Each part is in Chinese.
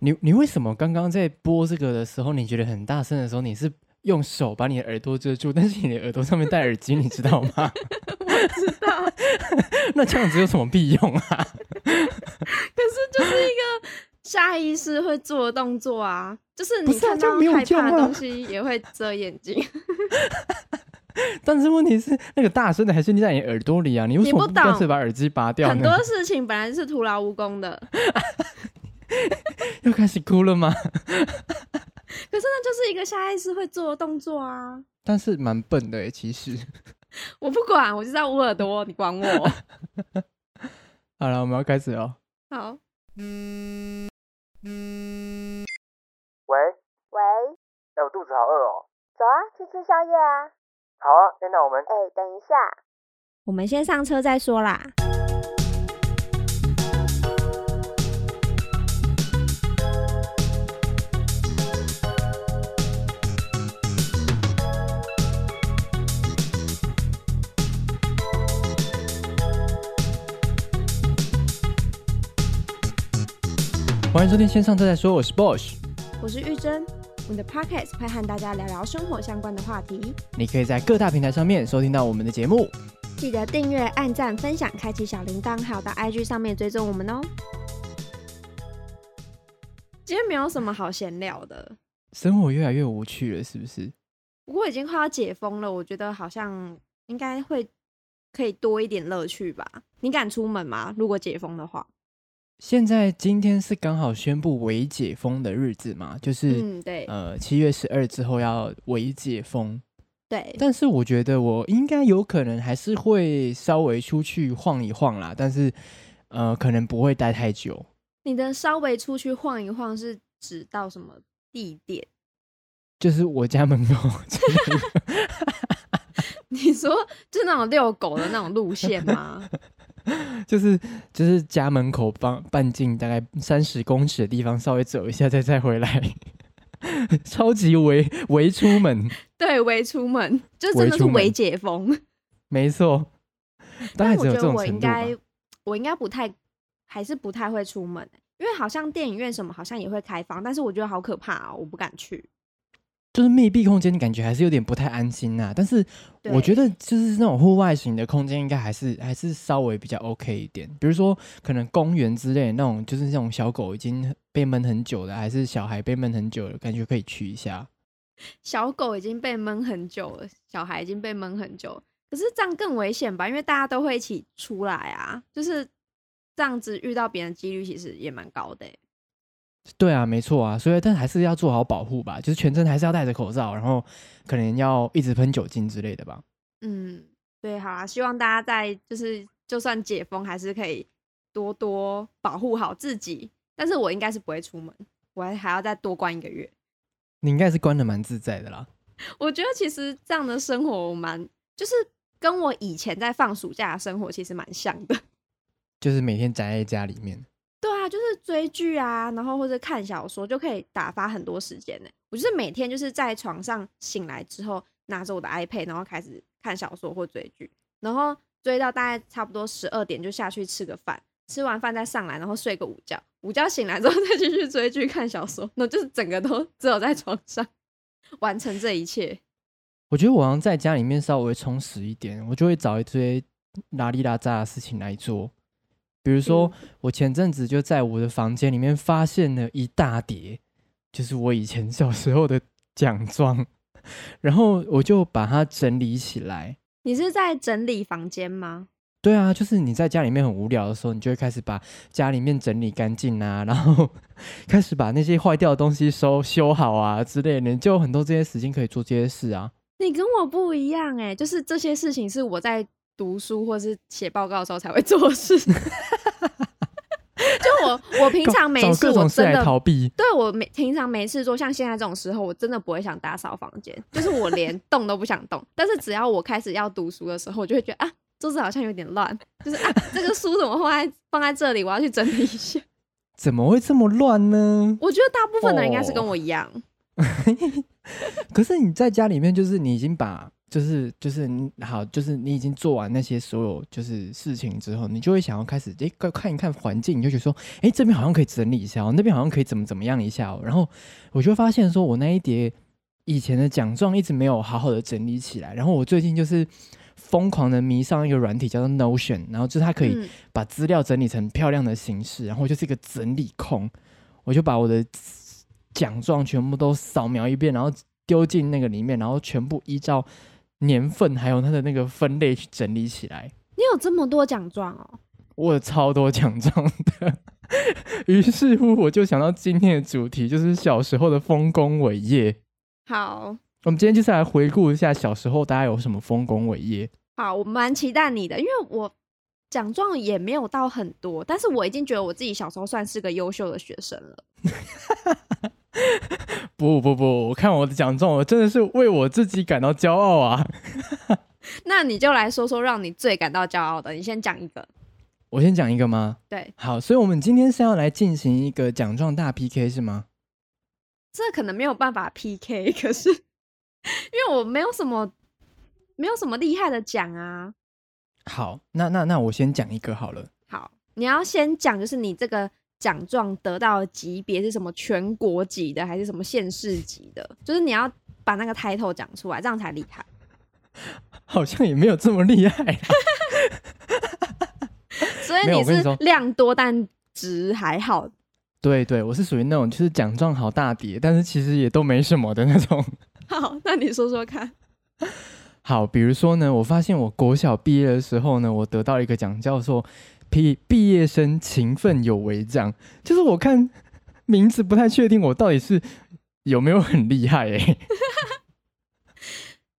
你你为什么刚刚在播这个的时候，你觉得很大声的时候，你是用手把你的耳朵遮住，但是你的耳朵上面戴耳机，你知 道吗？知道， 那这样子有什么屁用啊？可是就是一个下意识会做的动作啊，就是不你是啊看这样到没有害用怕的啊东西也会遮眼睛。 但是问题是，那个大声的还是你在你耳朵里啊？你为什你么不懂干脆把耳机拔 掉很多呢？事情本来是徒劳无功的， 又开始哭了吗？可是那就是一个下意识会做的动作啊。 但是蛮笨的诶，欸其实。我不管，我就在捂耳朵，你管我？ 好了，我们要开始哦。好，喂，喂，哎、我肚子好饿哦。走啊，去吃宵夜啊！好啊，哎、那我们哎、等一下，我们先上车再说啦。欢迎收听线上正在说，我是 Bosch。我是玉珍，我们的 podcast 会和大家聊聊生活相关的话题，你可以在各大平台上面收听到我们的节目。记得订阅、按赞、分享、开启小铃铛，还有到 IG 上面追踪我们哦。今天没有什么好闲聊的，生活越来越无趣了，是不是？不过已经快要解封了，我觉得好像应该会可以多一点乐趣吧。你敢出门吗？如果解封的话，现在今天是刚好宣布微解封的日子嘛，就是、嗯，对呃七月十二之后要微解封。对，但是我觉得我应该有可能还是会稍微出去晃一晃啦，但是呃可能不会待太久。你的稍微出去晃一晃是指到什么地点？ 就是我家门口 这里，你说就那种遛狗的那种路线 吗？就是就是家门口半半径大概三十公尺的地方，稍微走一下再再回来， 超级围围出门，对，微出门就真的微是出门微解封。没错，大概但只我有这觉得种我程应度吧该。，我应该不太，还是不太会出门、欸因为好像电影院什么好像也会开放，但是我觉得好可怕哦，我不敢去。就是密闭空间，感觉还是有点不太安心啊呐、但是对我觉得就是那种户外型的空间，应该还是还是稍微比较 OK 一点。比如说，可能公园之类的那种，就是那种小狗已经被闷很久了，还是小孩被闷很久了，感觉可以去一下。小狗已经被闷很久了，小孩已经被闷很久了，可是这样更危险吧？因为大家都会一起出来啊，就是这样子遇到别人的几率其实也蛮高的欸、对啊，没错啊，所以但还是要做好保护吧，就是全程还是要戴着口罩，然后可能要一直喷酒精之类的吧。嗯，对，好啦，希望大家在就是就算解封，还是可以多多保护好自己。但是我应该是不会出门，我还还要再多关一个月。你应该是关的蛮自在的啦。我觉得其实这样的生活我蛮，就是跟我以前在放暑假的生活其实蛮像的。就是每天宅在家里面，对啊，就是追剧啊，然后或者看小说，就可以打发很多时间呢、我就是每天就是在床上醒来之后，拿着我的 iPad，然后开始看小说或追剧，然后追到大概差不多十二点就下去吃个饭，吃完饭再上来，然后睡个午觉，午觉醒来之后 再继续追剧看小说，那就是整个都 只有在床上 完成这一切。我觉得我好像在家里面稍微充实一点，我就会找一堆拉里拉扎的事情来做。比如说，嗯我前阵子就在我的房间里面发现了一大叠，就是我以前小时候的奖状， 然后我就把它整理起来。你是在整理房间吗？对啊，就是你在家里面很无聊的时候，你就会开始把家里面整理干净啊，然后 开始把那些坏掉的东西收修好啊之类的，你就有很多这些时间可以做这些事啊。你跟我不一样哎、就是这些事情是我在读书或是写报告的时候才会 做的事。就我我平常没搞找事，各我种事真来的逃避。对我没平常没事做，像现在这种时候，我真的不会想打扫房间，就是 我连动都不想动。但是只要我开始要读书的时候，我就会觉得啊，桌子好像有点乱，就是啊，这个书怎么放在放在这里？我要去整理一下。 怎么会这么乱呢？我觉得大部分的人应该是跟哦我一样，可是你在家里面，就是你已经把就是就是你好，就是你已经做完那些所有就是事情之后，你就会想要开始诶、看看一看环境，你就觉得说，诶，这边好像可以整理一下、哦，那边好像可以怎么怎么样一下、哦。然后我就发现说，我那一叠以前的奖状一直没有好好的整理起来，然后我最近就是疯狂的迷上一个软体叫做 Notion，然后就是它可以嗯把资料整理成漂亮的形式，然后我就是一个整理控，我就把我的奖状全部都扫描一遍，然后丢进那个里面，然后全部依照年份还有它的那个分类去整理起来。你有这么多奖状哦，我有超多奖状的，于是乎我就想到今天的主题就是小时候的丰功伟业。好我们今天就是来回顾一下小时候大家有什么丰功伟业。好，我蛮期待你的，因为我奖状也没有到很多，但是我已经觉得我自己小时候算是个优秀的学生了。不不不，我看我的奖状，我真的是为我自己感到骄傲啊！那你就来说说让你最感到骄傲的，你先讲一个。我先讲一个吗？对，好，所以我们今天是要来进行一个奖状大 PK 是吗？这可能没有办法 PK，可是 因为我没有什么没有什么厉害的奖啊。好，那那那我先讲一个好了。好，你要先讲，就是你这个奖状得到的级别是什么？全国级的还是什么县市级的？就是你要把那个 title 讲出来，这样才厉害。好像也没有这么厉害啦，所以没有你我跟你是说量多但值还好。 对对，我是属于那种就是奖状好大叠，但是其实也都没什么的那种。 好，那你说说看。好，比如说呢，我发现我国小毕业的时候呢，我得到一个奖叫做“毕毕业生勤奋有为奖”，就是我看名字不太确定我到底是有没有很厉害欸诶、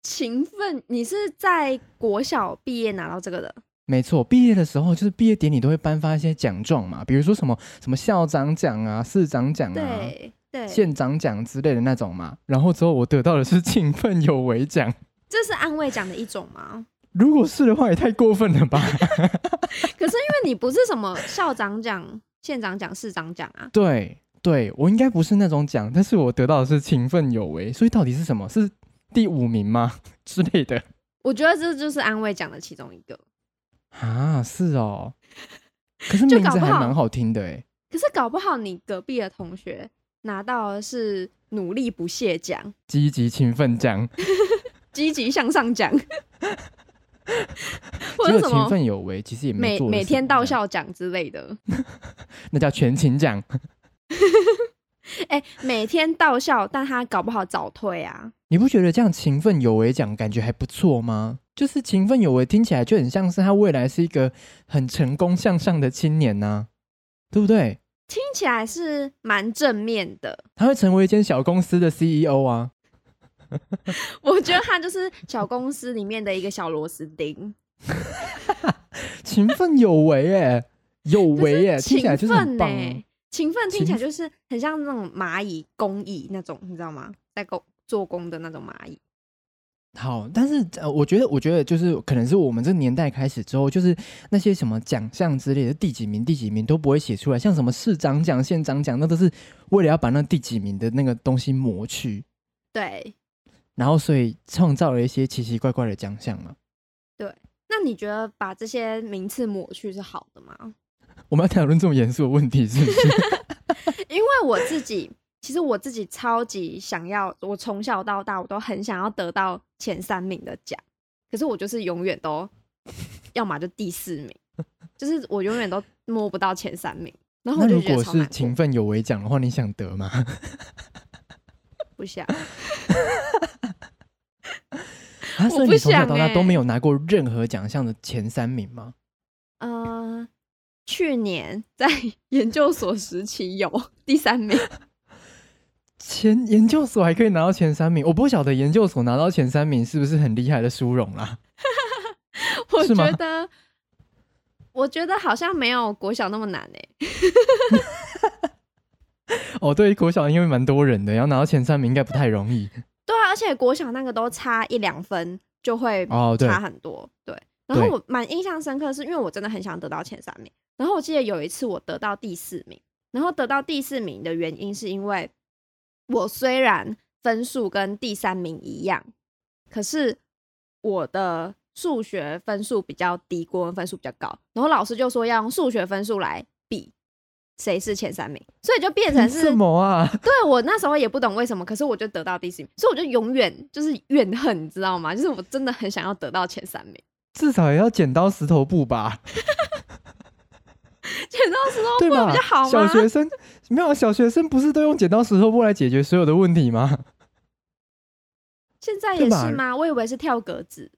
勤奋，你是在国小毕业拿到这个的？ 没错，毕业的时候就是毕业典礼都会颁发一些奖状嘛，比如说什么什么校长奖啊、市长奖啊、对对，县长奖之类的那种嘛。然后之后我得到的是 勤奋有为奖，这是安慰奖的一种吗？ 如果是的话也太过分了吧？可是因为你不是什么校长奖、县长奖、市长奖啊， 对对，我应该不是那种奖，但是我得到的是勤奋有为，所以到底是什么？是第五名吗 之类的我觉得这就是安慰奖的其中一个。啊？是哦，可是就名搞字不还好蛮好听的欸诶。可是搞不好你隔壁的同学拿到的是努力不懈奖、积极勤奋奖，积极向 上奖，或只有者什勤么奋有为，其实也没每做每天到校，校奖之类的。那叫全勤奖。哎、每天到校，但他搞不好早退啊。你不觉得这样勤奋有为奖感觉还不错吗？就是勤奋有为听起来就很像是他未来是一个很成功向上的青年呐、对不对？听起来是蛮正面的，他会成为一间小公司的 CEO 啊，我觉得他就是小公司里面的一个小螺丝钉。勤奋有为耶、 有为耶、可是听起来就是很勤奋欸棒、呢啊。勤奋听起来勤就是很像那种蚂蚁工蚁那种，你知道吗？在工做工的那种蚂蚁。好，但是呃，我觉得，我觉得就是可能是我们这个年代开始之后，就是那些什么奖项之类的第几名、第几名都不会写出来，像什么市长奖、县长奖，那都是为了要把那第几名的那个东西抹去。对，然后所以创造了一些奇奇怪怪的奖项啊嘛。那你觉得把这些名次抹去是好的吗？我们要讨论这种严肃的问题，是不 是？因为我自己，其实我自己超级想要，我从小到大我都很想要得到前三名的奖，可是我就是永远都，要么就第四名，就是我永远都摸不到前三名，然后那哦我就如觉果得超难是过勤奋有为奖的话，你想得吗？不想。啊，所以你从小到我不大想都没有拿过任何奖项的前三名吗？呃，去年在 研究所时期有第三名， 前研究所还可以拿到前三名，我不晓得研究所拿到前三名是不是很厉害的殊荣啦。 我是吗觉得，我觉得好像没有国小那么难欸诶、哦，对，国小因为蛮多人的，要拿到前三名应该不太容易。对啊，而且国小那个都差一两分就会哦对差很多，对。然后对我蛮印象深刻，是因为我真的很想得到前三名。然后我记得有一次我得到第四名，然后得到第四名的原因是因为我虽然分数跟第三名一样，可是我的数学分数比较低，国文分数比较高，然后老师就说要用数学分数来比谁是前三名，所以就 变成是什么啊？对我那时候也不懂为什么，可是我就得到第四名，所以我就永远就是怨恨，你知道吗？就是我真的很想要得到前三名，至少也要剪刀石头布吧，剪刀石头对布吧比较好？吗？小学生没有，小学生不是都用剪刀石头布来解决所有的问题吗？现在对也吧是吗？我以为是跳格子，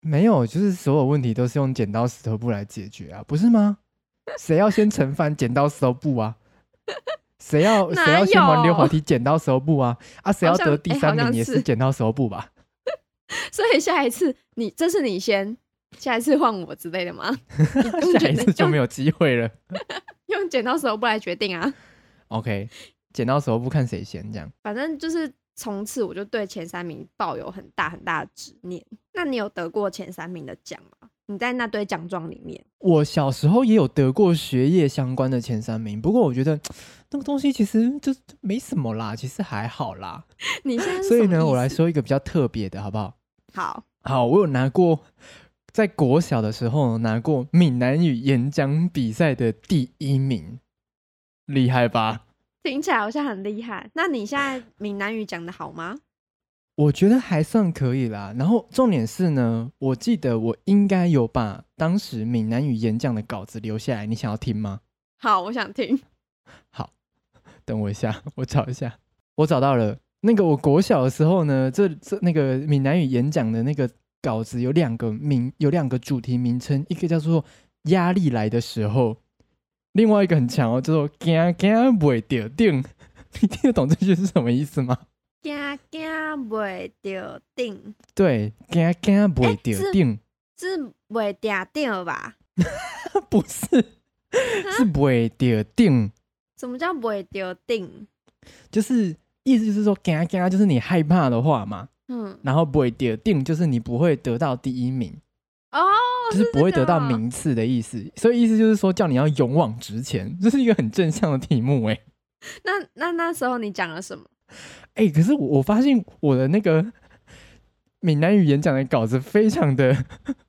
没有，就是所有问题都是用剪刀石头布来解决啊，不是吗？谁要先盛饭，剪刀石头布啊？谁要谁 哪要先玩溜有滑梯，剪刀石头布啊？啊，谁好要像得第哎三好像名也是是剪刀石头布 吧？所以下一次你这次你先，下一次换我之类的 吗？你用下一剪次就用没有机会了。用剪刀石头布来决定啊， OK，剪刀石头布看谁先这样。反正就是从此我就对前三名抱有很大很大的执念。那你有得过前三名的奖吗？你在那堆奖状里面，我小时候也有得过学业相关的前三名，不过我觉得那个东西其实就就没什么啦，其实还好啦。你现在是所以什么呢，意我来思说一个比较特别的，好不好？好，好，我有拿过，在国小的时候拿过闽南语演讲比赛的第一名，厉害吧？听起来好像很厉害。那你现 在闽南语讲的好吗？我觉得还算可以啦。然后重点是呢，我记得我应该有把当时闽南语演讲的稿子留下来，你想要听吗？好，我想听。等我一下， 我找一下，我找到了。那个我国小的时候呢，这这那个闽南语演讲的那个稿子有两个名，有两个主题名称，一个叫做“压力来的时候”，另外一个很强哦，叫做“惊惊袂着定”。 你听得懂这句是什么意思吗？ 惊惊袂着定，对，“惊惊袂着定是袂定定吧？” 不是，是“袂着定什么叫袂着定？”，就是意思就是说“惊惊”就是你害怕的话嘛，嗯，然后“袂着定”就是你不会得到第一名。哦，就是不会这个得到哦名次的意思，所以意思就是说叫你要勇往直前，这是一个很正向的题目哎那那那时候你讲了什么？哎、可是我我发现我的那个闽南语演讲的稿子非常的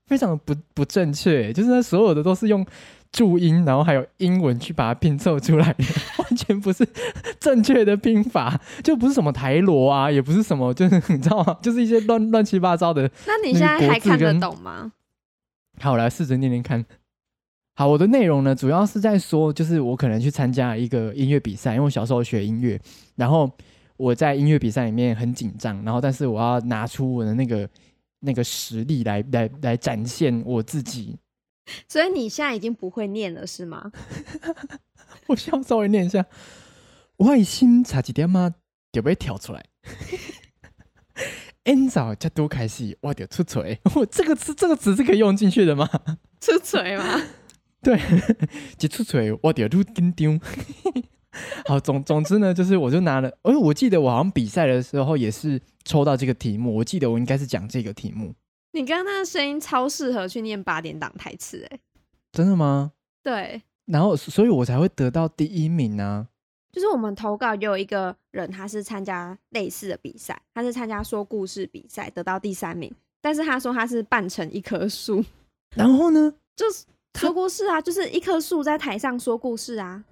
非常的不不正确欸，就是它所有的都是用注音，然后还有英文去把它拼凑出来的， 完全不是正确的拼法，就不是什么台罗啊，也不是什么就是你知道吗？就是一些乱乱七八糟的那你那现个在国还字看得跟懂吗？好，我来试着念念看。好，我的内容呢，主要是在说，就是我可能去参加一个音乐比赛，因为我小时候学音乐，然后我在音乐比赛里面很紧张，然后但是我要拿出我的那个那个实力来来来展现我自己。 所以你现在已经不会念了是吗？我需要稍微念一下，我的心差一点嘛就被跳出来。 很早才都开始，我就出锤。我这个词，这个词是可以用进去的吗？出锤吗？对，一出嘴我就愈紧张。 好，总总之呢，就是我就拿了，哎、我记得我好像比赛的时候也是抽到这个题目，我记得我应该是讲这个题目， 你刚刚那个声音超适合去念八点档台词哎、真的吗？对，然后，所以我才会得到第一名啊！就是我们投稿也有一个人，他是参加类似的比赛，他是参加说故事比赛得到第三名，但是他说他是扮成一棵 树，然后呢，就是说故事啊，就是一棵树在台上说故事啊。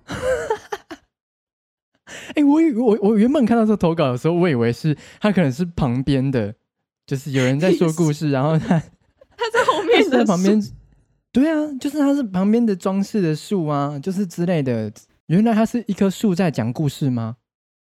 哎、我以我我原本看到这个投稿的时候，我以为是他可能是旁边的，就是有人在说故事，然后他他在后他面是在的旁树边，对啊，就是他是旁边的装饰的树啊，就是之类的。原来他是一棵树在讲故事吗？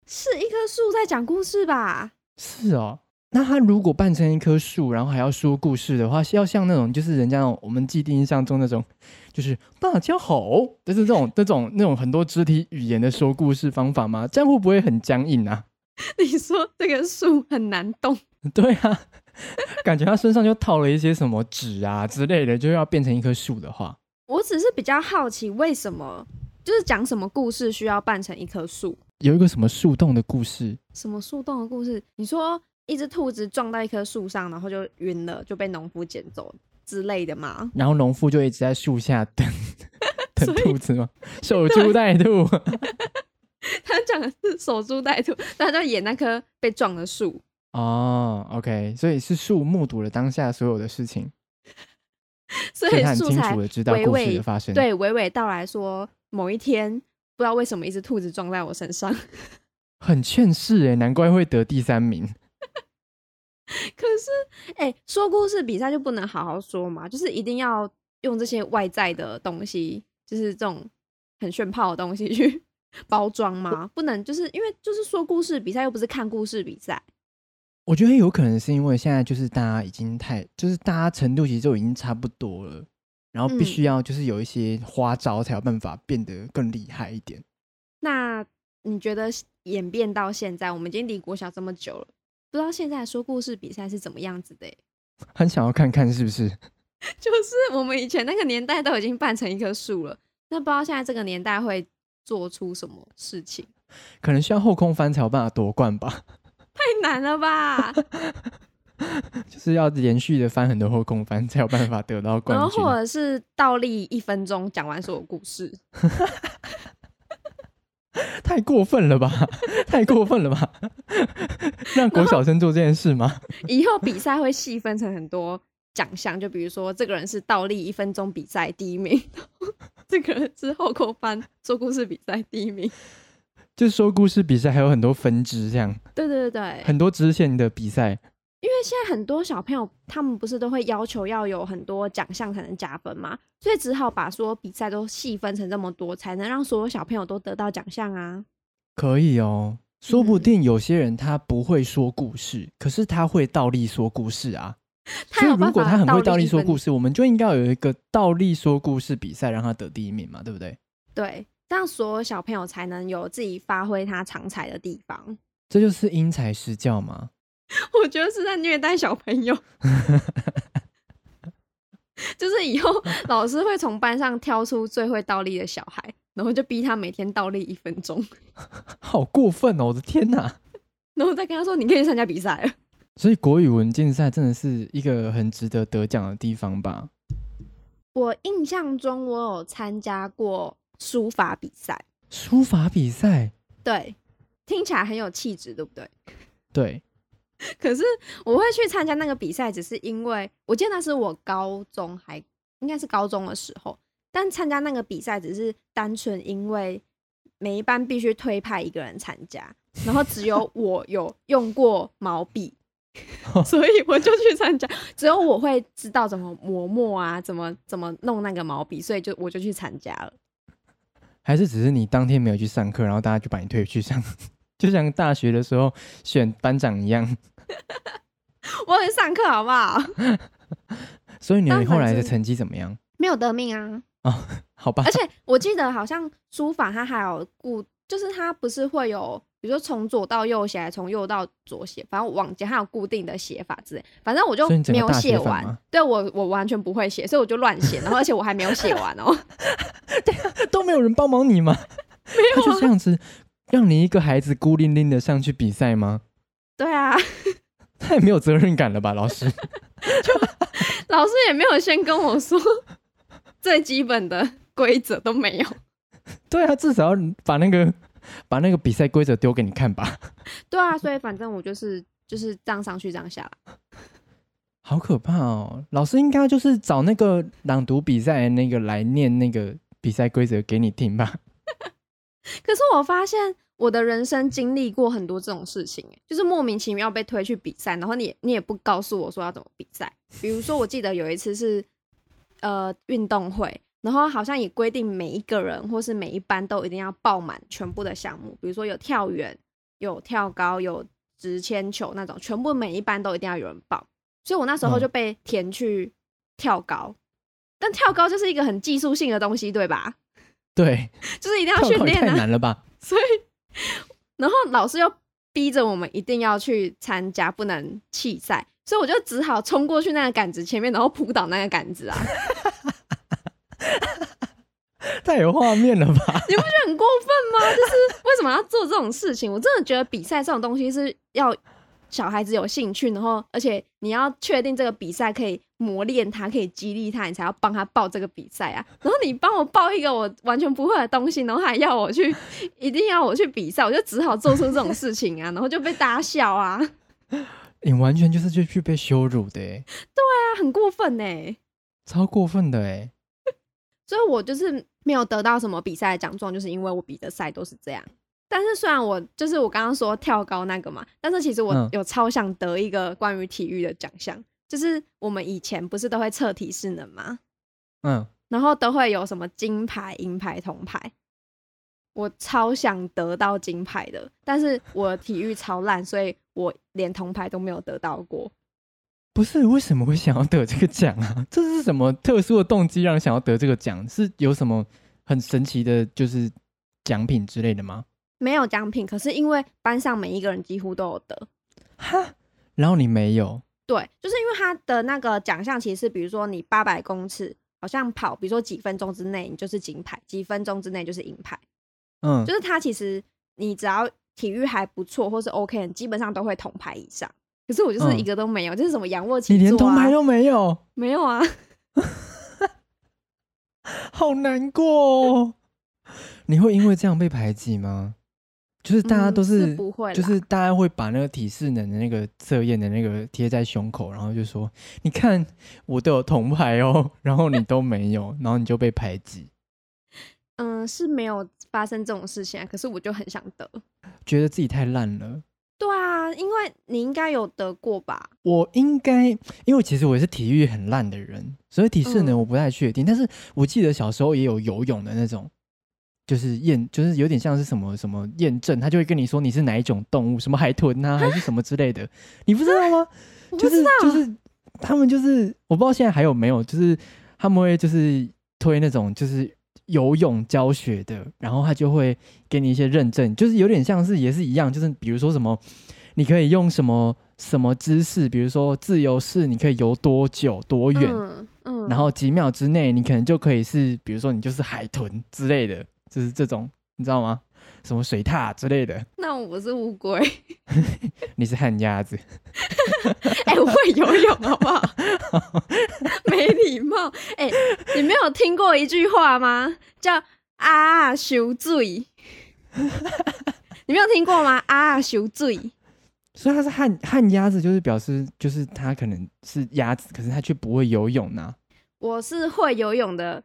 是一棵树在讲故事吧？是哦，那他如果扮成一棵树，然后还要说故事的话，是要像那种就是人家那种我们既定印象中那种，就是大家好，就是这种这种那种很多肢体语言的说故事方法吗？这样会不会很僵硬啊？ 你说这个树很难动，对啊， 感觉他身上就套了一些什么纸啊之类的，就要变成一棵树的话， 我只是比较好奇为什么，就是讲什么故事需要扮成一棵树？有一个什么树洞的故事，什么树洞的故事？你说一只兔子撞到一棵树上，然后就晕了，就被农夫捡走之类的吗？然后农夫就一直在树下等等所以兔子吗？守株待兔。 他讲的是守株待兔，他就演那棵被撞的树。哦，OK，所以是树目睹了当下所有的事情，所所以以他很素清材楚的知道娓过去娓的发生。，对娓娓道来说，某一天不知道为什么一只兔子撞在我身上， 很劝世哎，难怪会得第三名。可是，哎、说故事比赛就不能好好说嘛？就是一定要用这些外在的东西，就是这种很炫炮的东西 去包装吗？不能，就是因为就是说故事比赛又不是看故事比赛，我觉得有可能是因为现在就是大家已经太，就是大家程度其实都已经差不多了，然后必嗯须要就是有一些花招才有办法变得更厉害一点。那你觉得演变到现在，我们已经离国小这么久了，不知道现在说故事比赛是怎么样子的欸、很想要看看是不是？就是我们以前那个年代都已经扮成一棵树了，那不知道现在这个年代会做出什么事情？ 可能需要后空翻才有办法夺冠吧， 太难了 吧！就是要连续的翻很多后空翻才有办法得到冠然后军。或者是倒立一分钟讲完所有故事，太过分了吧！ 太过分了 吧！ 让国小生做这件事吗？ 以后比赛会细分成很多奖项，就比如说这个人是倒立一分钟比赛第一名， 然后这个人是后空翻说故事比赛第一名，就是说故事比赛还有很多分支，这样 对对对对，很多支线的比赛。因为现在很多小朋友他们不是都会要求要有很多奖项才能加分嘛，所以只好把所有比赛都细分成这么多，才能让所有小朋友都得到奖项啊。可以哦，说不定有些人他不会说故事，可是他会倒立说故事啊。嗯他所有以如果他很办会法倒倒立立一分说故事，我们就应该有一个倒立说故事比赛，让他得第一名嘛，对不对？对，这样所有小朋友才能有自己发挥他长才的地方。 这就是因材施教嘛。 我觉得是在虐待小朋友。 就是以后老师会从班上挑出最会倒立的小孩，然后就逼他每天倒立一分钟，好过分哦！我的天哪！然后再跟他说你可以去参加比赛了。所以国语文竞赛真的是一个很值得得奖的地方吧？我印象中我有参加过书法比赛，书法比赛，对，听起来很有气质，对不 对？对，可是我会去参加那个比赛，只是因为我记得那是我高中还应该是高中的时候，但参加那个比赛只是单纯因为每一班必须推派一个人参加，然后只有我有用过毛笔。所以我就去参加，只有我会知道怎么磨墨啊，怎么怎么弄那个毛笔，所以就我就去参加了。还是只是你当天没有去上课，然后大家就把你推去上， 就像大学的时候选班长一样。我有去上课好不好？所以你当然后来的是成绩怎么样？ 没有得命啊，好吧而，且我记得好像书法它还有固，就是它不是会有，比如说从左到右写，还是从右到左写，反正我忘记它有固定的写法之类。反正我就所以你整没个有大写写反完吗，对我我完全不会写，所以我就乱写，然后而且我还没有写完哦。 都没有人帮忙你吗？ 没有、啊他就这样子让你一个孩子孤零零的上去比赛吗？对啊，太没有责任感了吧，老 师？老师也没有先跟我说最基本的规则都没有。对啊，至少要把那个把那个比赛规则丢给你看吧。对啊，所以反正我就是就是这样上去这样下来。好可怕哦！老师应该就是找那个朗读比赛的那个来念那个比赛规则给你听吧。可是我发现我的人生经历过很多这种事情、欸，就是莫名其妙被推去比赛，然后你也你也不告诉我说要怎么比赛。比如说，我记得有一次是呃运动会，然后好像也规定每一个人或是每一班都一定要报满全部的项目，比如说有跳远、有跳高、有直铅球那种，全部每一班都一定要有人报。所以我那时候就嗯被填去跳高，但跳高就是一个很技术性的东西，对吧？对，就是一定要跳训高也练太啊。难了吧？所以，然后老师又逼着我们一定要去参加，不能弃赛，所以我就只好冲过去那个杆子前面，然后扑倒那个杆子啊， 太有画面了 吧？你不觉得很过分吗？就是为什么要做这种事情？我真的觉得比赛这种东西是要小孩子有兴趣，然后而且你要确定这个比赛可以磨练他，可以激励他，你才要帮他报这个比赛啊。然后你帮我报一个我完全不会的东西，然后还要我去，一定要我去比赛，我就只好做出这种事情啊，然后就被大家笑啊。 你完全就是就去被羞辱的欸，啊，很过分呢、超过分的哎。所以我就是没有得到什么比赛的奖状，就是因为我比的赛都是这样。但是虽然我就是我刚刚说跳高那个嘛，但是其实我嗯有超想得一个关于体育的奖项，就是我们以前不是都会测体适能吗？嗯，然后都会有什么金牌、银牌、铜牌。我超想得到金牌的，但是我体育超烂，所以我连铜牌都没有得到过。不是为什么会想要得这个奖啊？ 这是什么特殊的动机让你想要得这个奖？是有什么很神奇的，就是奖品之类的吗？没有奖品，可是因为班上每一个人几乎都有得，哈，然后你没有，对，就是因为他的那个奖项其实是，比如说你八百公尺，好像跑，比如说几分钟之内你就是金牌，几分钟之内就是银牌，嗯就是他其实你只要体育还不错或是 OK，你基本上都会铜牌以上。可是我就是一嗯个都没有，就是什么仰卧起你坐、啊，连铜牌都没有，没有啊。好难过哦。 你会因为这样被排挤吗？就是大家嗯都是是,、不会啦就是大家会把那个体适能的那个测验的那个贴在胸口，然后就说：“你看我都有铜牌哦，然后你都没有，然后你就被排挤。”嗯，是没有发生这种事情、啊，可是我就很想得。觉得自己太烂了。对啊，因为你应该有得过吧？我应该，因为其实我也是体育很烂的人，所以体适能嗯我不太确定。但是我记得小时候也有游泳的那种，就是验，就是有点像是什么什么验证，他就会跟你说你是哪一种动物，什么海豚啊，还是什么之类的，你不知道吗？我不就知是道，就是他们就是我不知道现在还有没有，就是他们会就是推那种就是游泳教学的，然后他就会给你一些认证，就是有点像是也是一样，就是比如说什么你可以用什么什么姿势，比如说自由式你可以游多久多远，嗯嗯，然后几秒之内你可能就可以是比如说你就是海豚之类的，就是这种你知道吗？什么水獭之类的，那我是乌龟，你是旱鸭子。 哎、我会游泳好不好？没礼貌，哎、你没有听过一句话吗？叫啊修醉，你没有听过吗？啊修醉，所以他是旱旱鸭子，就是表示就是他可能是鸭子，可是他却不会游泳啊 呢、我是会游泳的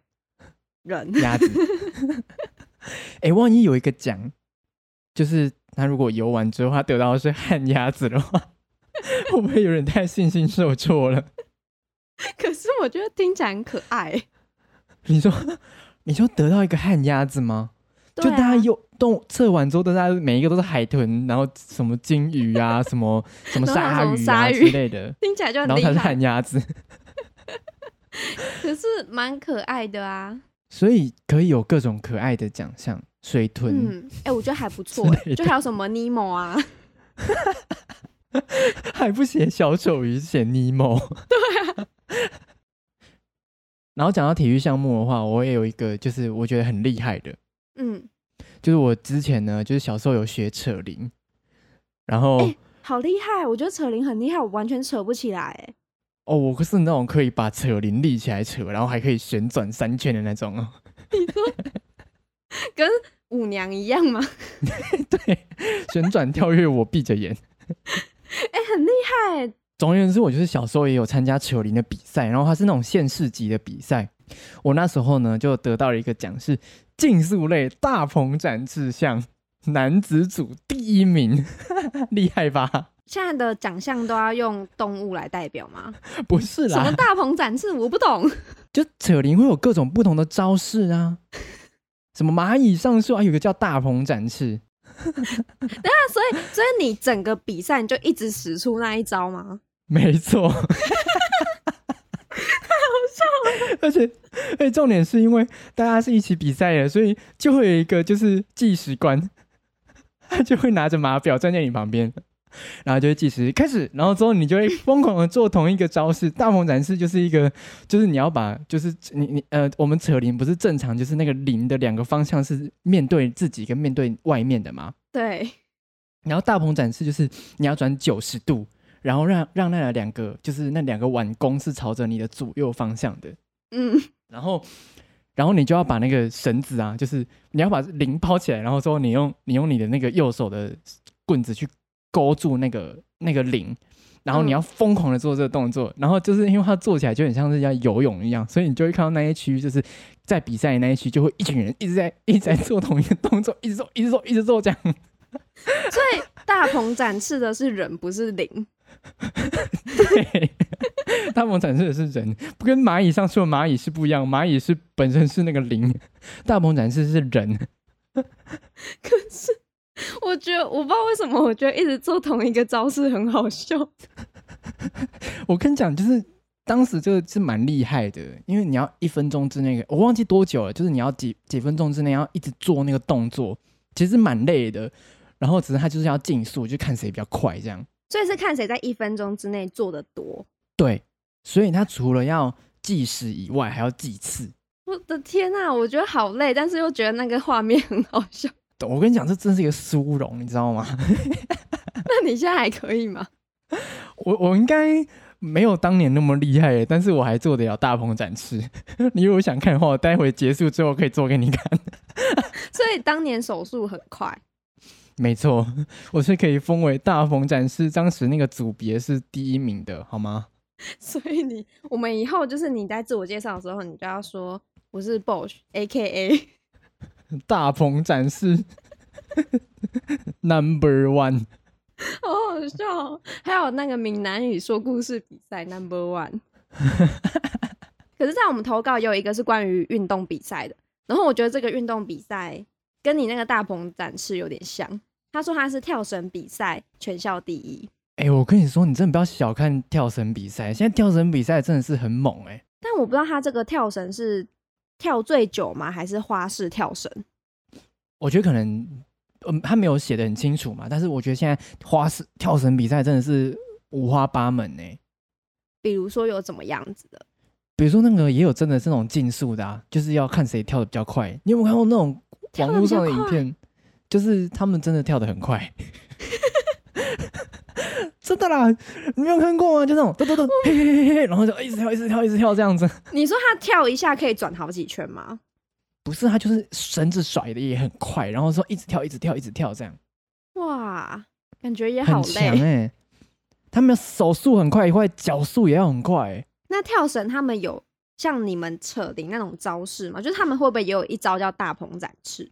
人，鸭子。哎、万一有一个奖，就是他如果游完之后他得到的是旱鸭子的话， 会不会有点太信心受挫了？ 可是我觉得听起来很可爱、 你说，你说得到一个旱鸭子吗？就对大家啊又动测完之后，大家每一个都是海豚，然后什么金鱼啊，什么什么然后鲨还有鱼什么啊鲨之鱼类的，听起来就然 后很厉他是害旱，鸭子，可是蛮可爱的啊。所以可以有各种可爱的奖项，水豚。嗯，哎、我觉得还不 错、之哎类的就还有什么尼莫啊，还不写小丑鱼，写尼莫。对、然后讲到体育项目的话，我也有一个，就是我觉得很厉害的，嗯，就是我之前呢，就是小时候有学扯铃，然后、哎好厉害，我觉得扯铃很厉害，我完全扯不起来、哎，哦，我是那种可以把扯铃立起来扯，然后还可以旋转三圈的那种哦。跟舞娘一样吗？对，旋转跳跃，我闭着眼。哎、很厉害、总而言之，我就是小时候也有参加扯铃的比赛，然后它是那种县市级的比赛。我那时候呢，就得到了一个奖，是竞速类大鹏展志向男子组第一名， 厉害吧？现在的奖项都要用动物来代表吗？不是什么啦，大鹏展翅，我不懂。 就扯铃会有各种不同的招式啊，什么蚂蚁上树啊，有个叫大鹏展翅，那所以，所以你整个比赛你就一直使出那一招吗？没错， 太好笑了。而且，而且重点是因为大家是一起比赛的，所以就会有一个就是计时官，他就会拿着码表站在你旁边，然后就会计时开始，然后之后你就会疯狂的做同一个招式。大鹏展翅就是一个，就是你要把，就是你你呃，我们扯铃不是正常，就是那个铃的两个方向是面对自己跟面对外面的嘛。对，然后大鹏展翅就是你要转九十度，然后让让那两个就是那两个碗弓是朝着你的左右方向的，嗯，然后然后你就要把那个绳子啊，就是你要把铃抛起来，然后之后你用你用你的那个右手的棍子去勾住那个那个铃，然后你嗯要疯狂的做这个动作，然后就是因为它做起来就很像是要游泳一样，所以你就会看到那一区就是在比赛的那一区，就会一群人一直在一直在做同一个动作，一直做，一直做，一直做这样。所以大鹏展示的是人，不是灵。对， 大鹏展示的是人，不跟蚂蚁上树的蚂蚁是不一样，蚂蚁是本身是那个灵，大鹏展示是人。可是我觉得，我不知道为什么，我觉得一直做同一个招式很好笑。我跟你讲，就是当时这个是蛮厉害的，因为你要一分钟之内，我忘记多久了，就是你要几几分钟之内要一直做那个动作，其实蛮累的。然后只是他就是要竞速，就看谁比较快这样。所以是看谁在一分钟之内做的多。对，所以他除了要计时以外，还要计次。我的天呐、我觉得好累，但是又觉得那个画面很好 笑。我跟你讲，这真是一个殊荣，你知道吗？那你现在还可以吗？我我应该没有当年那么厉害，但是我还做得了大鹏展翅。 你如果想看的话，我待会结束之后可以做给你看。所以当年手速很快，没错， 我是可以封为大鹏展翅，当时那个组别是第一名的，好吗？ 所以你我们以后就是你在自我介绍的时候，你就要说我是 Bosch A K A 大鹏展翅 ，Number One。好好笑哦。还有那个闽南语说故事比赛 Number One。可是，在我们投稿也有一个是关于运动比赛的，然后我觉得这个运动比赛跟你那个大鹏展翅有点像。他说他是跳绳比赛全校第一，哎、我跟你说，你真的不要小看跳绳比赛，现在跳绳比赛真的是很猛哎、但我不知道他这个跳绳是跳最久吗，还是花式跳绳？我觉得可能，嗯，他没有写的很清楚嘛，但是我觉得现在花式跳绳比赛真的是五花八门哎、比如说有怎么样子的？比如说那个也有真的是那种竞速的啊，就是要看谁跳的比较快。你有没有看过那种网络上的影跳得比片？就是他们真的跳的很快， 真的啦，你没有看过吗？就那种咚咚哦咚，嘿嘿嘿嘿，然后就一直跳，一直跳，一直跳这样子。你说他跳一下可以转好几圈吗？不是，他就是绳子甩的也很快，然后说一直跳，一直跳，一直跳这样，哇，感觉也好很强哎、累。他们手速很快，一块脚速也要很快、欸。那跳绳他们有像你们扯铃那种招式吗？就是他们会不会也有一招叫大鹏展翅？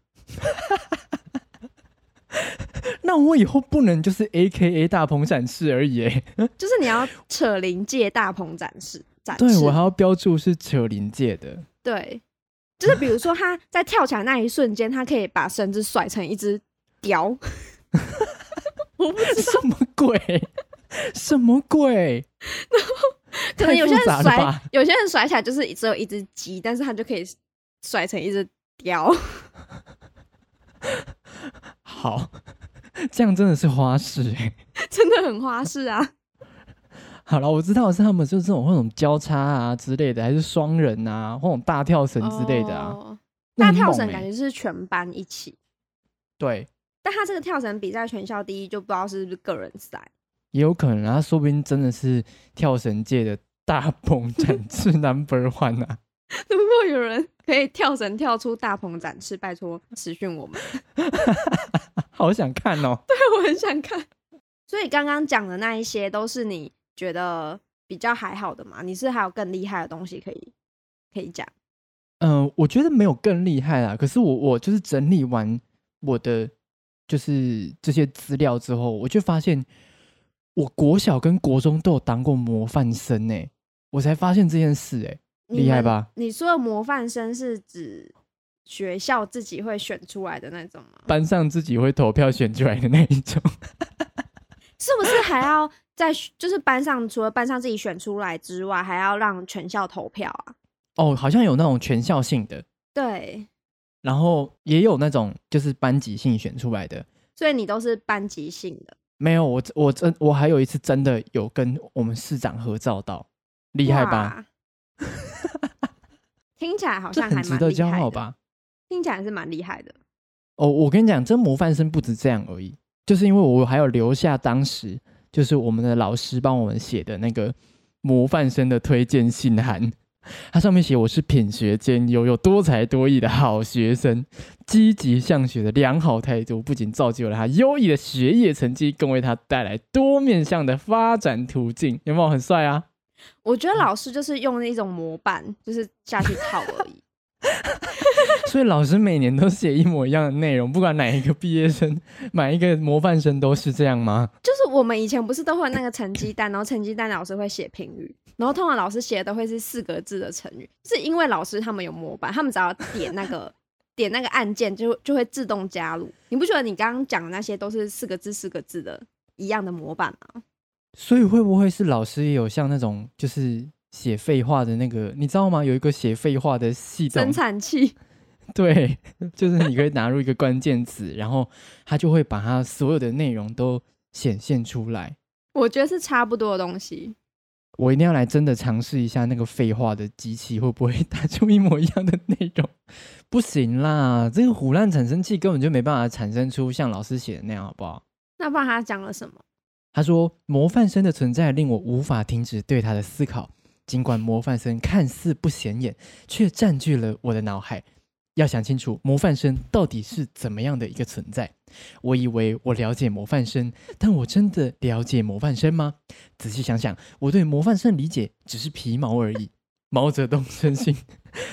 那我以后不能就是 A K A 大鹏展翅而已、欸，就是你要扯铃界大鹏展翅，展对翅我还要标注是扯临界的。对，就是比如说他在跳起来那一瞬间，他可以把绳子甩成一只雕。我不知道，什么 鬼？什么鬼？可能有些人太复杂了甩吧，有些人甩起来就是只有一只鸡，但是他就可以甩成一只雕。 好， 这样真的是花式哎、真的很花式啊！好了，我知道是他们就是这种那种交叉啊之类的，还是双人啊，或者大跳绳之类的啊。哦那大很跳猛绳欸感觉是全班一起，对，但他这个跳绳比赛全校第一，就不知道是不是个人赛。也有可能啊，说不定真的是跳绳界的大鹏展翅 number one 啊。 如果有人可以跳绳跳出大鹏展翅，拜托私讯我们，好想看哦！ 我很想看。 所以刚刚讲的那一些都是你觉得比较还好的嘛？你是还有更厉害的东西可以可以讲？嗯、我觉得没有更厉害啦。可是我我就是整理完我的就是这些资料之后，我就发现我国小跟国中都有当过模范生呢、我才发现这件事哎、你们厉害吧？你说的模范生是指学校自己会选出来的那种吗？班上自己会投票选出来的那一种。 是不是还要在学就是班上，除了班上自己选出来之外，还要让全校投票啊？哦，好像有那种全校性的，对，然后也有那种就是班级性选出来的。所以你都是班级性的，没有，我我真我还有一次真的有跟我们市长合照到，厉害吧？哇？听起来好这像很还蛮值得厉骄害傲的吧？听起来是蛮厉害的。哦，我跟你讲，这模范生不止这样而已，就是因为我还有留下当时就是我们的老师帮我们写的那个模范生的推荐信函，它上面写我是品学兼优、有多才多艺的好学生，积极向学的良好态度，不仅造就了他优异的学业成绩，更为他带来多面向的发展途径。有没有很帅啊？ 我觉得老师就是用那种模板，就是下去套而已。 所以老师每年都写一模一样的内容，不管哪一个毕业生、 哪一个模范生都是这样吗？就是我们以前不是都会有那个成绩单，然后成绩单老师会写评语，然后通常老师写的都会是四个字的成语，是因为老师他们有模板，他们只要点那个点那个按键就就会自动加入。你不觉得你刚刚讲的那些都是四个字四个字的一样的模板吗？所以会不会是老师也有像那种就是写废话的那个，你知道吗？有一个写废话的系统生，产器，对， 就是你可以打入一个关键词，然后它就会把它所有的内容都显现出来。我觉得是差不多的东西。我一定要来真的尝试一下那个废话的机器会不会 打出一模一样的内容？不行啦，这个胡乱产生器根本就没办法产生出像老师写的那样，好不好？那不然他讲了什么？ 他说：“模范生的存在令我无法停止对他的思考，尽管模范生看似不显眼，却占据了我的脑海。要想清楚模范生到底是怎么样的一个存在。我以为我了解模范生，但我真的了解模范生吗？仔细想想，我对模范生理解只是皮毛而已。”毛泽东深信，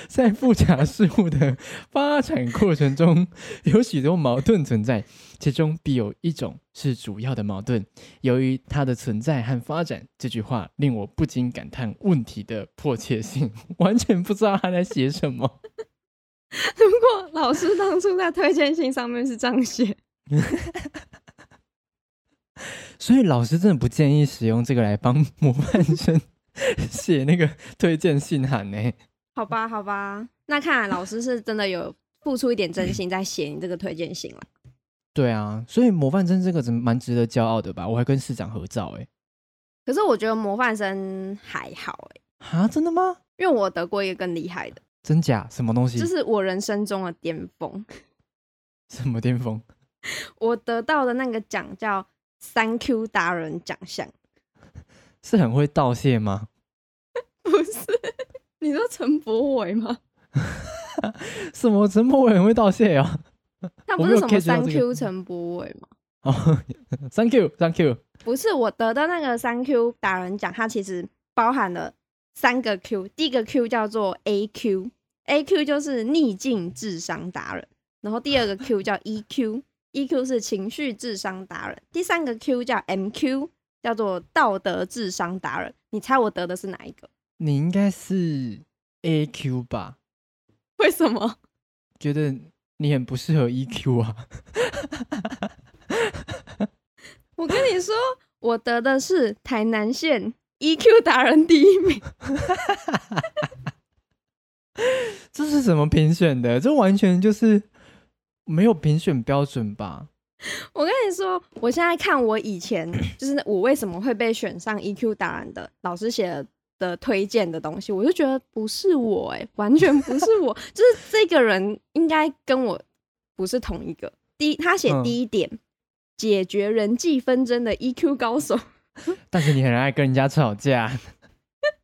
在复杂事物的发展过程中，有许多矛盾存在，其中必有一种是主要的矛盾。由于它的存在和发展，这句话令我不禁感叹问题的迫切性， 完全不知道他在写什么。如果老师当初在推荐信上面是这样写， 所以老师真的不建议使用这个来帮模范生写那个推荐信函呢、好吧，好吧，那看来老师是真的有付出一点真心在写你这个推荐信了。 对啊，所以模范生这个真蛮值得骄傲的吧？我还跟市长合照哎、可是我觉得模范生还好哎、啊，真的吗？因为我得过一个更厉害的，真假？什么东西？就是我人生中的巅峰，什么巅峰？我得到的那个奖叫三 Q 达人奖项，是很会道谢吗？ 不是？你说陈柏伟吗？什么陈柏伟很会道谢哦？ 他我不没是有什么 catch 到三这个 Q 陈柏伟吗？哦，Thank you，Thank you。不是，我得到那个三 Q 达人奖，它其实包含了三个 Q，第一个 Q 叫做 AQ，AQ 就是逆境智商达人，然后第二个 Q 叫 EQ，EQ 是情绪智商达人，第三个 Q 叫 MQ，叫做道德智商达人。你猜我得的是哪一个？你应该是 A Q 吧？为什么？觉得你很不适合 E Q 啊？ 我跟你说，我得的是台南县 EQ 达人第一名。这是怎么评选的？这完全就是没有评选标准吧？ 我跟你说，我现在看我以前就是我为什么会被选上 EQ 达人的老师写的的推荐的东西，我就觉得不是我、欸，完全不是我， 就是这个人应该跟我不是同一个。第一，他写嗯第一点，解决人际纷争的 EQ 高手。但是你很爱跟人家吵架，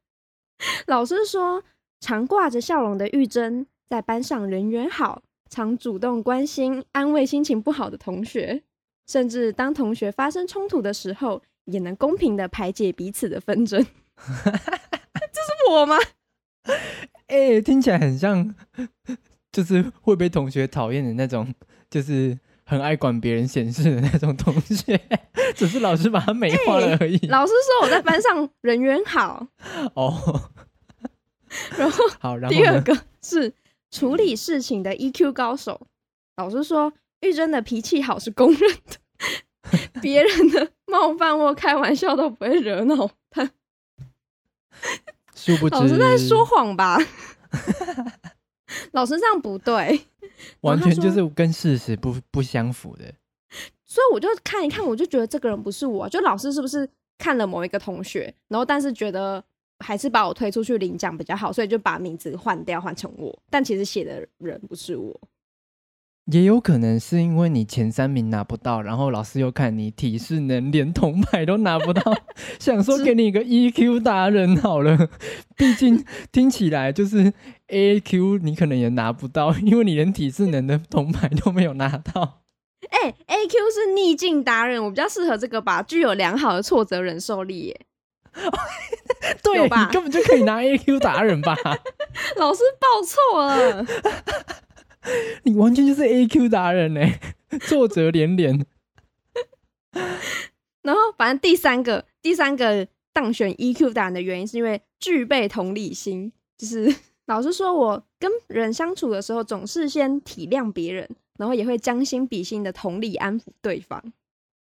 老师说，常挂着笑容的玉珍在班上人缘好，常主动关心、安慰心情不好的同学，甚至当同学发生冲突的时候，也能公平的排解彼此的纷争。 这是我吗？哎、听起来很像， 就是会被同学讨厌的那种，就是很爱管别人闲事的那种同学， 只是老师把他美化了而已。哎老师说我在班上人缘好，哦， 然后好，然后第二呢？个是处理事情的 EQ 高手。老师说，玉珍的脾气好是公认的， 别人的冒犯或开玩笑都不会惹恼他。殊不知老师在说谎吧？ 老师这样不对，完全然后就他说是跟事实不不相符的。所以我就看一看，我就觉得这个人不是我。啊就老师是不是看了某一个同学，然后但是觉得还是把我推出去领奖比较好，所以就把名字换掉，换成我。但其实写的人不是我。也有可能是因为你前三名拿不到，然后老师又看你体适能连铜牌都拿 不到，想说给你一个 E EQ 达人好 了。毕竟听起来就是 AQ 你可能也拿不到，因为你连体适能的铜牌都没有拿到。哎、a q 是逆境达人，我比较适合这个吧，具有良好的挫折忍受力耶。对，有你吧根本就可以拿 AQ 达人 吧？老师报错了，你完全就是 AQ 达人呢、挫折欸连连。然后反正第三个，第三个当选 EQ 达人的原因是因为具备同理心，就是 老师说我跟人相处的时候总是先体谅别人，然后也会将心比心的同理安抚对方，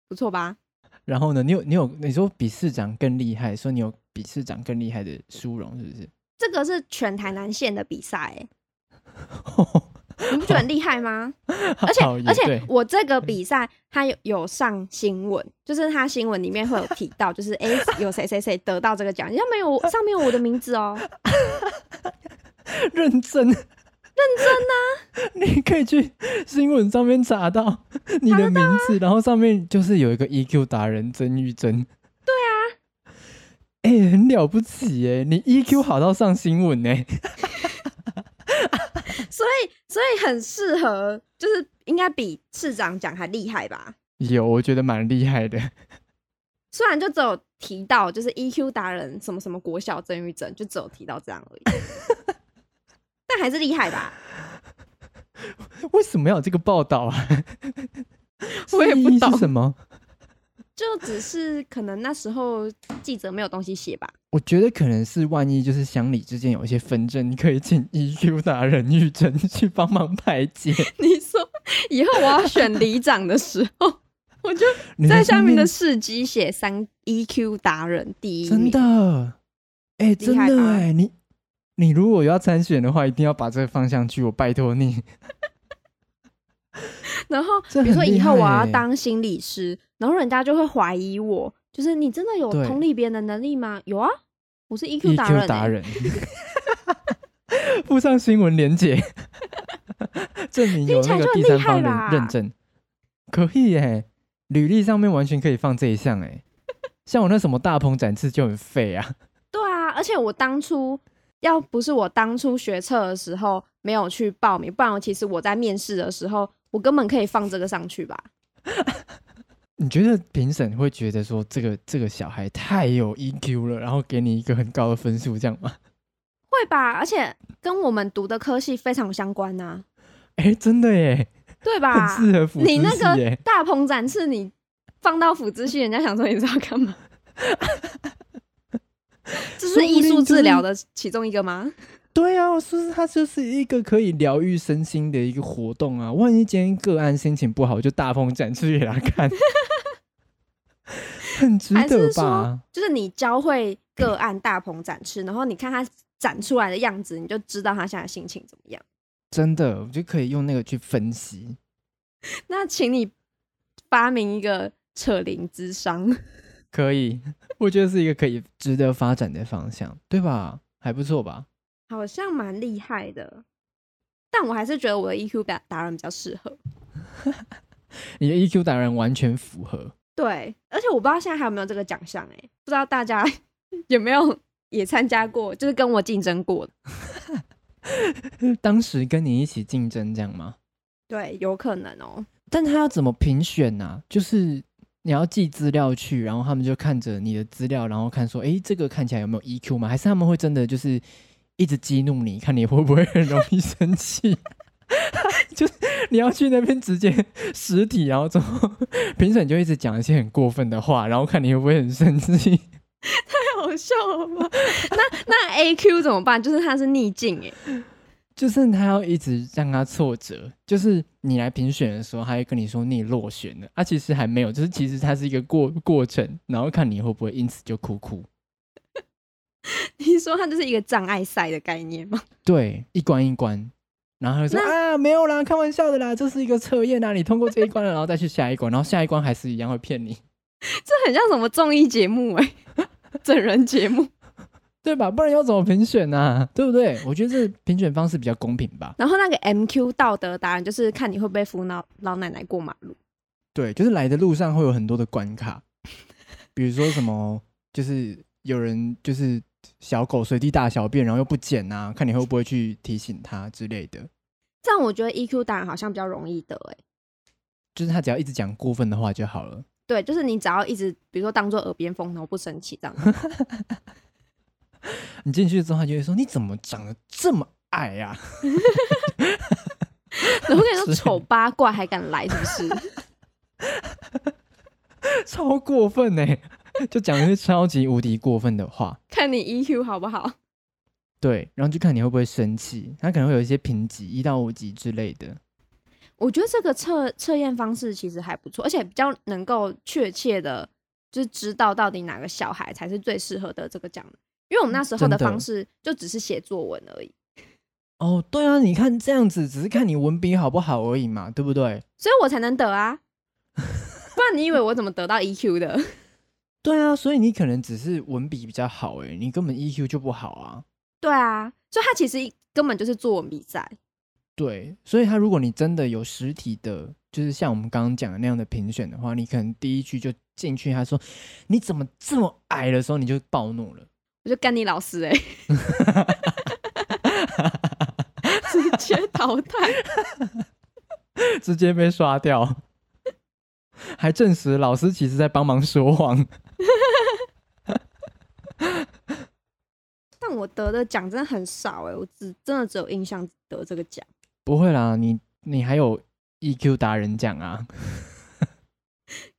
不错吧？然后呢，你有你有你说比市长更厉害，说你有比市长更厉害的殊荣是不 是？这个是全台南县的比赛耶，你不觉得很厉害吗？而且好也而且对我这个比赛它有有上新闻，就是它新闻里面会有提到，就是哎、诶有谁谁谁得到这个奖，上面有我上面有我的名字哦。认真，认真呐、啊 你可以去新闻上面查到你的名字，然后上面就是有一个 EQ 达人曾玉珍。对啊，哎、很了不起耶！你 EQ 好到上新闻呢。所以所以很适合，就是应该比市长奖还厉害吧？有，我觉得蛮厉害的。虽然就只有提到就是 EQ 达人什么什么国小曾玉珍，就只有提到这样而已，但还是厉害吧？为什么要有这个报道啊？ 我也不意义懂是什么。就只是可能那时候记者没有东西写吧。 我觉得可能是万一就是乡里之间有一些纷争，你可以请 EQ 达人玉珍去帮忙排解。你说以后我要选里长的时候，我就你在下上面的事迹写三 EQ 达人第一真名，的，哎、真害的吧哎、你你如果要参选的话，一定要把这个放上去，我拜托你。然后这比很如说厉以后害我要欸当心理师，然后人家就会怀疑我，就是你真的有对同理别人的能力吗？有啊，我是 EQ 达人、 EQ 欸，达人， 附上新闻连结， 证明有听起来那个就很第厉三害方认吧认证，可以耶、履历上面完全可以放这一项哎、 像我那什么大鹏展翅就很废啊，对啊，而且我当初要不是我当初学测的时候没有去报名，不然我其实我在面试的时候，我根本可以放这个上去吧。你觉得评审会觉得说这个这个小孩太有 EQ 了，然后给你一个很高的分数这样吗？会吧，而且跟我们读的科系非常相关呐、哎、真的耶，对 很吧？适合辅你那知识个耶大鹏展翅，你放到辅之系，人家想说你知道干嘛？这说是不艺术定就治是疗的其中一个吗？对啊，我说是它就是一个可以疗愈身心的一个活动啊。万一今天个案心情不好，我就大风展翅给他 看，很值还得是说吧？，就是你教会个案大鹏展翅，然后你看他展出来的样子，你就知道他现在心情怎么样？真的，我就可以用那个去分析。那请你发明一个扯铃之商，可以， 我觉得是一个可以值得发展的方向，对吧？还不错吧？好像蛮厉害的。但我还是觉得我的 EQ 达达人比较适合。你的 EQ 达人完全符合。 对，而且我不知道现在还有没有这个奖项哎，不知道大家 有没有也参加过，就是跟我竞争过的。当时跟你一起竞争这样吗？对，有可能哦。但他要怎么评选呢、就是你要寄资料去，然后他们就看着你的资料，然后看说，诶，这个看起来有没有 EQ 吗？还是他们会真的就是一直激怒你，看你会不会很容易生气？ 就是你要去那边直接实体，然后之后评审就一直讲一些很过分的话，然后看你会不会很生气。太 好笑了吧？那那 AQ 怎么办？就是他是逆境哎，就是他要一直让他挫折，就是你来评选的时候，他会跟你说你落选了，啊，其实还没有，就是其实它是一个过过程，然后看你会不会因此就哭哭。 你说他就是一个障碍赛的概念吗？ 对，一关一关，然后他就说啊，没有啦，开玩笑的啦，这是一个测验啊，你通过这一关了，然后再去下一关，然后下一关还是一样会骗你。欸 这很像什么综艺节目哎，整人节目。对吧？不然要怎么评选呢、对不对？我觉得这评选方式比较公平吧。然后那个 MQ 道德答案就是看你会不会扶老老奶奶过马路。对，就是来的路上会有很多的关卡，比如说什么，就是有人就是小狗随地大小便，然后又不捡啊，看你会不会去提醒他之类的。这样我觉得 E EQ 答案好像比较容易得哎、就是他只要一直讲过分的话就好了。对，就是你只要一直，比如说当做耳边风，然后不生气这样。你进去之后，他就会说：“你怎么长得这么矮啊呀、然后跟 你说是丑八怪还敢来，是不是？ 超过分呢、就讲一些超级无敌过分的话。 看你 EQ 好不好？对，然后就看你会不会生气。他可能会有一些评级，一到五级之类的。我觉得这个测测验方式其实还不错，而且比较能够确切的，就是知道到底哪个小孩才是最适合得这个奖的。因为我们那时候真的的方式就只是写作文而已，哦，对啊，你看这样子，只是看你文笔好不好而已嘛，对不对？所以我才能得 啊。不然你以为我怎么得到 EQ 的？对啊，所以你可能只是文笔比较好，哎，你根本 EQ 就不好啊。对啊，所以他其实根本就是作文比赛。对，所以他如果你真的有实体的，就是像我们刚刚讲的那样的评选的话，你可能第一句就进去，他说你怎么这么矮的时候，你就暴怒了。 我就干你老 师哎、欸，直接淘汰。直接被刷掉， 还证实老师其实在帮忙说谎。 但我得的奖真的很少哎、我只真的只有印象得这个奖。不会啦，你你还有 EQ 达人奖啊！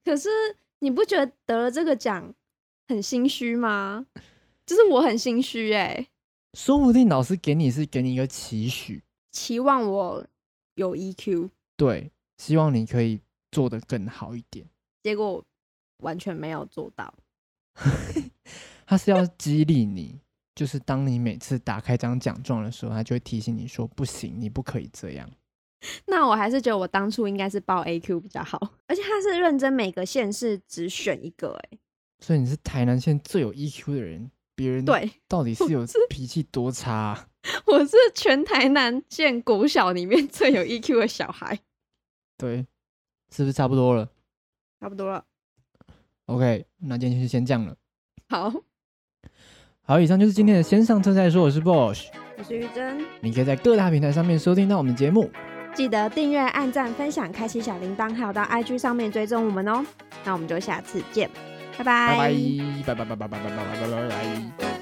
可是你不觉得得了这个奖很心虚吗？就是我很心虚哎、说不定老师给你是给你一个期许，期望我有 E EQ，对，希望你可以做得更好一点。结果我完全没有做到。他是要激励你，就是当你每次打开这张奖状的时候，他就会提醒你说：“不行，你不可以这样。那我还是觉得我当初应该是报 AQ 比较好，而且他是认真每个县市只选一个哎、”所以你是台南县最有 EQ 的人，别人对，到底是有是脾气多差啊、我是全台南县国小里面最有 EQ 的小孩，对，是不是差不多了？差不多了。 OK，那今天就先这样了。好，好，以上就是今天的先上车再说，我是 Bosch，我是玉珍，你可以在各大平台上面收听到我们的节目。记得订阅、按赞、分享、开启小铃铛，还有到 IG 上面追踪我们哦。那我们就下次见，拜拜拜，拜拜拜拜拜拜拜拜拜拜拜。